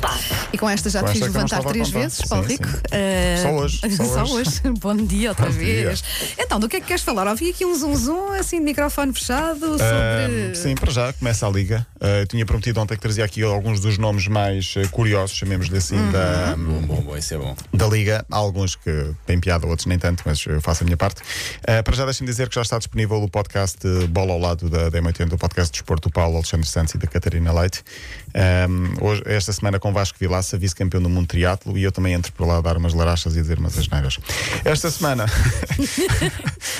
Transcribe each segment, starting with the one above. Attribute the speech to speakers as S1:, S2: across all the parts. S1: faz.
S2: E com esta já
S3: Com
S2: te fiz
S3: esta que eu não
S2: levantar
S3: estava a
S2: três
S3: contar.
S2: vezes, Paulo
S3: Sim,
S2: Rico.
S3: sim.
S2: Ah,
S3: Só hoje, Eh, só hoje.
S2: Bom dia outra
S3: Bom dia.
S2: vez. Então, do que é que queres falar? Ouvi aqui um zum zum, assim, de microfone fechado, sobre.
S3: Ahm, Eh, sim, para já começa a liga. Ah, eu tinha prometido ontem que trazia aqui alguns dos nomes mais ah, curiosos, chamemos-lhe assim, da,
S4: Bom, bom, bom, isso é bom.
S3: da liga. Há alguns que têm piada, outros nem tanto, mas eu faço a minha parte. Ah, para já deixem-me dizer que já está disponível o podcast eh, Bola ao Lado da, da M80, o podcast de desporto do Paulo Alexandre Santos e da Catarina Leite. Ahm, hoje, esta semana com Vasco Vilaça, vice-campeão do mundo triatlo, e eu também entro por lá a dar umas larachas e a dizer umas asneiras. Esta semana...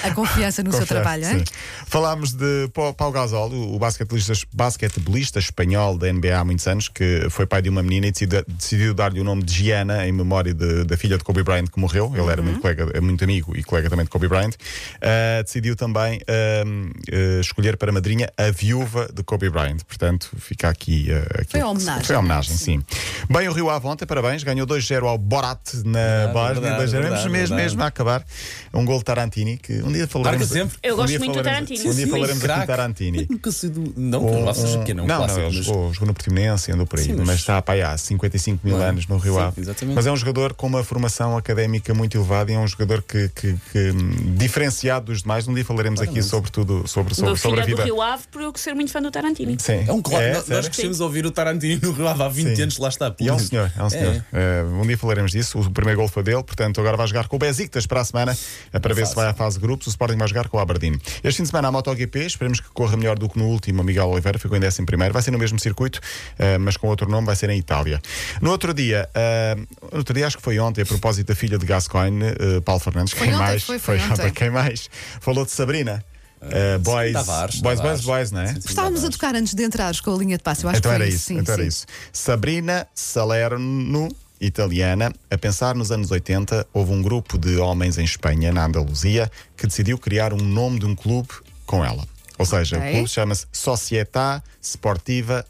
S2: A confiança no seu
S3: Confiar,
S2: trabalho,
S3: sim.
S2: hein?
S3: Falámos de Pau Pau Gasol, o o basquetebolista, basquetebolista espanhol da NBA há muitos anos, que foi pai de uma menina e decidiu, decidiu dar-lhe o nome de Gianna em memória de- da filha de Kobe Bryant que morreu. Ele
S2: Uhum.
S3: era muito, colega, muito amigo e colega também de Kobe Bryant. Ah, decidiu também ahm, eh, escolher para madrinha a viúva de Kobe Bryant. Portanto, fica aqui. ah,
S2: Foi a
S3: aquilo que se-
S2: homenagem, né?
S3: Foi a homenagem, sim. Bem, o Rio Ave ontem, parabéns, ganhou 2-0 ao Borat na
S4: Verdade,
S3: Bósnia.
S4: verdade,
S3: 2-0,
S4: verdade,
S3: mesmo, mesmo,
S4: verdade.
S3: mesmo a acabar. Um gol de Tarantini, que um dia falaremos.
S4: Marca sempre.
S1: Eu gosto
S3: dia
S1: muito do
S3: falaremos-
S1: Tarantino.
S3: Um dia
S1: Sim,
S3: falaremos aqui de
S4: Craque.
S3: Tarantini.
S4: Nunca se do... Não, um, lá seja que é não,
S3: não,
S4: clássico,
S3: ele
S4: mas-
S3: jogou, jogou no Portimonense, andou por aí,
S4: Sim,
S3: mas...
S4: mas-
S3: está pá, aí há 55 mil
S4: Claro.
S3: anos no Rio
S4: Sim,
S3: Ave.
S4: exatamente.
S3: Mas é um jogador com uma formação académica muito elevada e é um jogador que, que- que, hum, diferenciado dos demais. Um dia falaremos aqui sobre tudo, sobre, sobre,
S1: Meu filho
S3: sobre a
S1: é do
S3: vida.
S1: Rio Ave por eu ser muito fã do Tarantino.
S3: Sim.
S4: É um
S3: É,
S4: clássico.
S3: sério?
S4: Nós crescemos a ouvir o Tarantino no Rio Ave há 20
S3: Sim.
S4: anos, lá está.
S3: E é um senhor, é um senhor.
S4: É.
S3: Eh, um dia falaremos disso. O primeiro gol foi dele, portanto, agora vai jogar com o Besiktas para a semana eh, para ver se
S4: É fácil.
S3: vai à fase de grupos. O Sporting vai jogar com o Aberdeen. Este fim de semana a MotoGP, esperemos que corra melhor do que no último. O Miguel Oliveira ficou em 11 primeiro. Vai ser no mesmo circuito, eh, mas com outro nome, vai ser em Itália. No outro dia, eh, no outro dia acho que foi ontem, a propósito da filha de Gascoigne, eh, Paulo Fernandes,
S2: Foi
S3: quem
S2: ontem,
S3: mais?
S2: foi- foi ontem.
S3: quem mais? Falou de Sabrina. Eh, boys,
S4: Tavares,
S3: boys, boys,
S4: Tavares.
S3: boys, não é?
S4: Sim, sim.
S2: Estávamos a tocar antes de entrares com a linha de passe, eu acho
S3: então
S2: que foi
S3: era
S2: isso.
S3: isso,
S2: sim,
S3: então era
S2: sim.
S3: isso. Sabrina Salerno, italiana, a pensar nos anos 80, houve um grupo de homens em Espanha, na Andaluzia, que decidiu criar um nome de um clube com ela. Ou seja,
S2: Ok.
S3: o clube chama-se Società Sportiva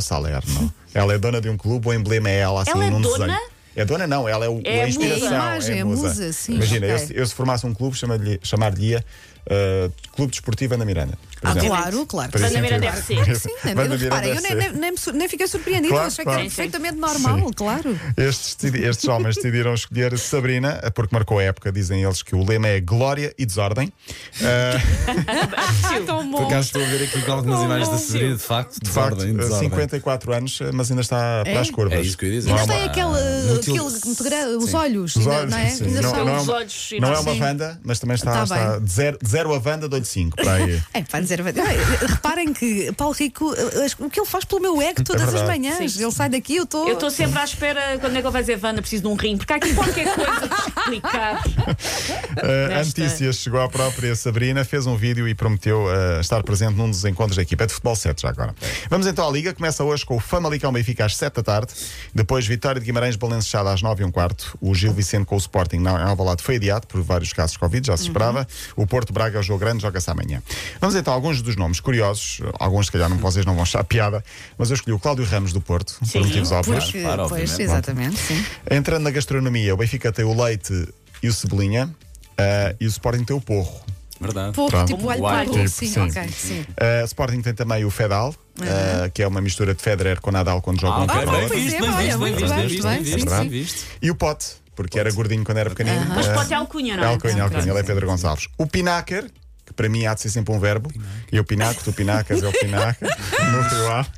S3: Salerno. ela é dona de um clube, o emblema é ela assim
S1: Ela é
S3: num
S1: dona?
S3: desenho. É dona, não, ela é, o,
S1: É a
S3: a inspiração.
S2: É
S1: musa.
S2: a imagem,
S3: é
S2: a musa, sim,
S3: Imagina,
S2: ok.
S3: eu, se- eu se formasse um clube, chamar-lhe- chamar-lhe-ia eh, Clube Desportivo Ana Miranda. por
S2: Ah,
S3: exemplo.
S2: claro, claro.
S3: Por
S1: Ana
S3: exemplo,
S1: Miranda
S3: eu-
S1: FC.
S2: Sim, nem,
S3: Banda
S2: eu,
S3: Miranda
S2: reparem, eu nem,
S3: FC.
S2: nem, nem me su- nem fiquei surpreendida,
S3: Claro,
S2: achei que
S3: claro.
S2: era
S1: Sim, sim.
S2: perfeitamente normal,
S3: Sim.
S2: claro.
S3: Estes, decidi- estes homens decidiram escolher Sabrina, eh, porque marcou a época, dizem eles que o lema é Glória e Desordem.
S1: Tio,
S4: Por acaso estou a ver aqui algumas imagens da
S1: bom,
S4: Sabrina,
S1: sim.
S4: de facto,
S3: De facto,
S4: desordem,
S3: eh,
S4: desordem.
S3: 54 anos, eh, mas ainda está para as curvas.
S4: É isso que eu ia dizer.
S3: Não
S2: Mas
S3: é uma-
S2: tem aquele,
S4: muito-
S2: aquele muito gra- os
S4: Sim.
S2: olhos,
S3: Os
S2: ainda,
S3: olhos,
S2: não é?
S3: sim,
S2: Ainda
S3: não,
S2: são-
S3: não é
S1: os
S3: uma-
S1: olhos
S3: não é
S1: enormes.
S3: uma
S2: Sim.
S3: Wanda, mas também está,
S2: Tá
S3: está
S2: bem.
S3: de zero, de zero a Wanda, dou-lhe 5 para aí.
S2: É, para dizer, reparem que Paulo Rico, eh, as- o que ele faz pelo meu ego todas as
S3: verdade.
S2: manhãs,
S1: Sim.
S2: ele sai daqui, eu estou.
S1: Eu estou sempre à espera quando é que ele vai dizer Wanda, preciso de um rim, porque há aqui qualquer coisa que explicar.
S3: Eh, a
S1: Nesta-
S3: notícia chegou à própria Sabrina, fez um vídeo e prometeu eh, estar presente num dos encontros da equipa. É de futebol 7 já agora. Vamos então à Liga. Começa hoje com o Famalicão Benfica às 7 da tarde. Depois Vitória de Guimarães Balenciaga às 9 e um quarto. O Gil Vicente com o Sporting na em Alvalade foi adiado por vários casos de Covid, já se esperava. O Porto Braga é o jogo grande, joga-se amanhã. Vamos então a alguns dos nomes curiosos. Alguns, se calhar, não, vocês não vão achar piada, mas eu escolhi o Cláudio Ramos do Porto, por
S1: Sim.
S3: motivos óbvios.
S2: Porque,
S4: claro, obviamente,
S2: pois,
S4: pronto.
S2: exatamente, sim.
S3: Entrando na gastronomia, o Benfica tem o leite e o cebolinha eh, e o Sporting tem o porro.
S4: Verdade.
S2: Pouco,
S3: Pronto.
S2: tipo alho
S4: Uai,
S2: pardo,
S3: tipo,
S2: sim,
S3: sim.
S2: ok, sim.
S3: Eh, Sporting tem também o Fedal, eh, que é uma mistura de Federer com Nadal quando jogam
S4: Ah, ok,
S3: um
S2: bom,
S4: bem
S2: pois
S4: visto,
S2: é,
S4: bem
S2: olha,
S4: visto, bem
S2: muito
S4: visto,
S2: bem,
S4: bem
S2: muito
S4: visto,
S2: bem,
S4: bem
S2: sim,
S4: visto,
S3: sim.
S4: bem visto.
S3: E o Pote, porque era gordinho quando era pequenino.
S1: Mas
S3: Eh,
S1: pode é alcunha, não
S3: é
S1: é?
S3: Alcunha,
S2: Ok.
S3: Alcunha, ele é Pedro Gonçalves. O Pinaker, que para mim há de ser sempre um verbo. Eu pinaco, tu pinacas, eu pinaco. no Rio Ave.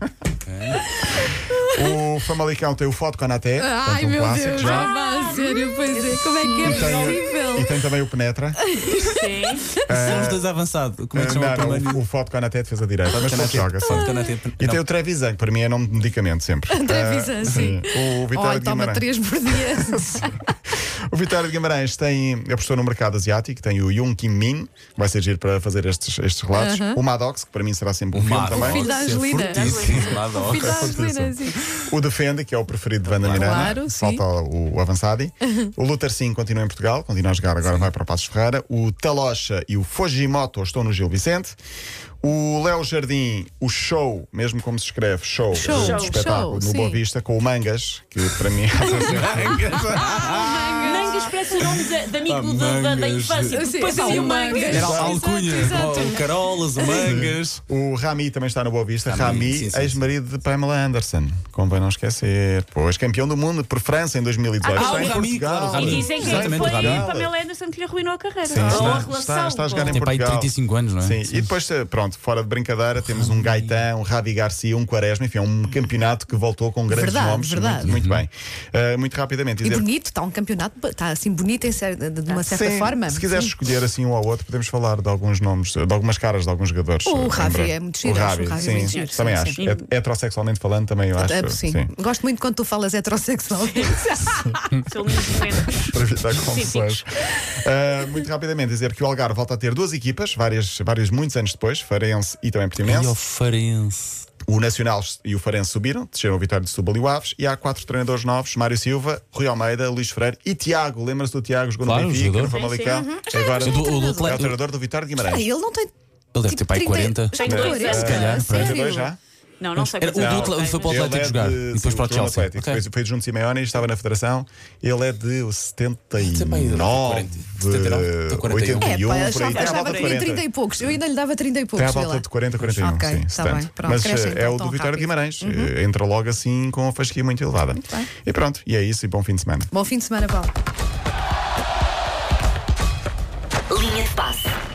S3: O Famalicão tem o Foto Conaté,
S2: Ai
S3: portanto, um
S2: meu
S3: clássico
S2: Deus,
S3: já.
S2: já vai a sério, pois é, como é que é
S3: E
S2: possível?
S3: tem também o Penetra.
S1: Sim.
S4: São os dois avançados. Como é que chama o
S3: Não, não,
S4: primeiro?
S3: o, o Foto Conaté defesa direita, mas não
S4: Canate-
S3: joga. só.
S4: Canate-
S3: E
S4: não.
S3: tem o Trevisan, que para mim é nome de medicamento sempre.
S2: Trevisan,
S3: Ah,
S2: então, sim.
S3: O Vitória
S2: Olha,
S3: de
S2: toma
S3: Então, Guimarães.
S2: três por dia.
S3: O Vitória de Guimarães tem, apostou no mercado asiático, tem o Yung Kim Min, que vai ser giro para fazer estes, estes relatos. O Maddox, que para mim será sempre um filme
S4: Madoc,
S3: também.
S2: filho da
S4: isso é
S2: Angelina. né?
S4: fortíssimo, Madoc.
S2: Filho da Angelina, sim.
S3: O Defende, que é o preferido de Wanda Miranda.
S2: Claro, sim.
S3: Falta o, o Avançadi. O Luther Sim continua em Portugal, continua a jogar, agora vai para o Passos Ferreira. O Talocha e o Fujimoto estão no Gil Vicente. O Léo Jardim, o show, mesmo como se escreve, show, eh,
S2: Show,
S3: de
S2: show,
S3: espetáculo
S2: show,
S3: no Boa
S2: sim.
S3: Vista, com o Mangas, que para mim é
S1: Mangas parece o nome da, de amigo
S4: Pá,
S1: do- da- da, da
S4: mangas.
S2: Sim,
S1: infância. porque Depois
S2: pá,
S1: havia
S2: o
S1: o mangas.
S2: mangas.
S4: Era
S3: Exato,
S4: alcunha,
S2: exato.
S4: o carolas, o mangas.
S3: O Rami também está no Boa Vista.
S4: Rami,
S3: Rami,
S4: sim, sim,
S3: ex-marido de Pamela Anderson. Convém não esquecer. Pois, campeão do mundo por França em 2018.
S1: Ah,
S3: Está
S1: o
S3: em
S4: Rami,
S3: Portugal.
S4: claro, o Rami.
S1: E dizem que
S4: Exatamente,
S1: foi
S4: o Rami.
S1: a Pamela Anderson que lhe arruinou a carreira.
S3: Sim,
S1: Ou a
S3: está,
S1: relação.
S3: está- está a jogar em
S4: Tem pai de
S3: Portugal.
S4: 35 anos, não é?
S3: Sim, e depois, eh, pronto, fora de brincadeira, temos um Gaetan, um Rabi Garcia, um Quaresma, enfim, é um campeonato que voltou com grandes
S2: Verdade,
S3: nomes.
S2: verdade.
S3: Muito, muito
S4: Uhum.
S3: bem. Eh, muito rapidamente,
S2: E
S3: dizer
S2: bonito, está um campeonato, está assim bonito em cer- de de uma certa
S3: Ah, Sim,
S2: forma.
S3: Se quiseres escolher assim um ao outro, podemos falar de alguns nomes, de algumas caras de alguns jogadores.
S2: O
S3: eh, em
S2: Ravi
S3: breve.
S2: é muito giro,
S3: O
S2: acho
S3: Ravi,
S2: o Ravi
S3: sim,
S2: muito giro,
S3: também
S2: sim,
S3: acho.
S1: sim.
S3: Het- Heterossexualmente falando, também eu acho.
S2: Ah, sim. Gosto muito quando tu falas heterossexual.
S1: São lindos momentos.
S3: Para evitar
S1: sim.
S3: confusões. Eh, muito rapidamente dizer que o Algarve volta a ter duas equipas, várias, vários muitos anos depois, Farense e também
S4: E
S3: Portimonense.
S4: o Farense.
S3: O Nacional e o Farense subiram, desceram a vitória de Setúbal e o Aves, e há quatro treinadores novos: Mário Silva, Rui Almeida, Luís Freire e Tiago. Lembra-se do Tiago, jogou
S4: Claro,
S3: no
S4: o
S3: Benfica,
S4: jogador.
S3: no Famalicão.
S2: Uhum.
S3: Agora
S4: O do- o do
S3: é o
S4: Atlético-
S3: treinador do Vitória de Guimarães.
S2: Ah, Ele não tem.
S4: Ele deve
S2: tipo,
S4: ter pai
S2: 30
S4: 40.
S2: Já tem
S1: Não,
S2: 40.
S1: se
S4: calhar,
S2: é Sério?
S3: 32 já?
S1: Não, não sei
S4: Era o do
S1: quantos anos
S4: Atl-
S1: tem,
S4: do futebol
S1: mas-
S3: Ele é
S4: Atlético jogar e depois
S3: sim,
S4: para o
S3: do
S4: Chelsea.
S3: Atlético.
S4: Ok.
S3: Foi, foi de Junto Simeone, estava na Federação. Ele é de 79,
S4: 79, 41.
S3: 81,
S2: É,
S3: por
S2: pá,
S3: um, aí. Tem à
S2: achava
S3: volta
S2: que
S3: de
S2: tinha 30 e
S3: 40.
S2: poucos. Eu ainda lhe dava 30 e poucos.
S3: Tem à
S2: sei
S3: volta
S2: lá.
S3: de 40, 41.
S2: Ok,
S3: sim,
S2: está
S3: portanto.
S2: bem, pronto,
S3: Mas
S2: crescem
S3: eh, é
S2: então
S3: o do
S2: tão
S3: Vitória de
S2: rápido. Uhum.
S3: Guimarães. eh, Entra logo assim com a fasquia muito elevada.
S2: bem.
S3: E pronto, e é isso. E bom fim de semana.
S2: Bom fim de semana, Paulo.
S5: Linha de passe.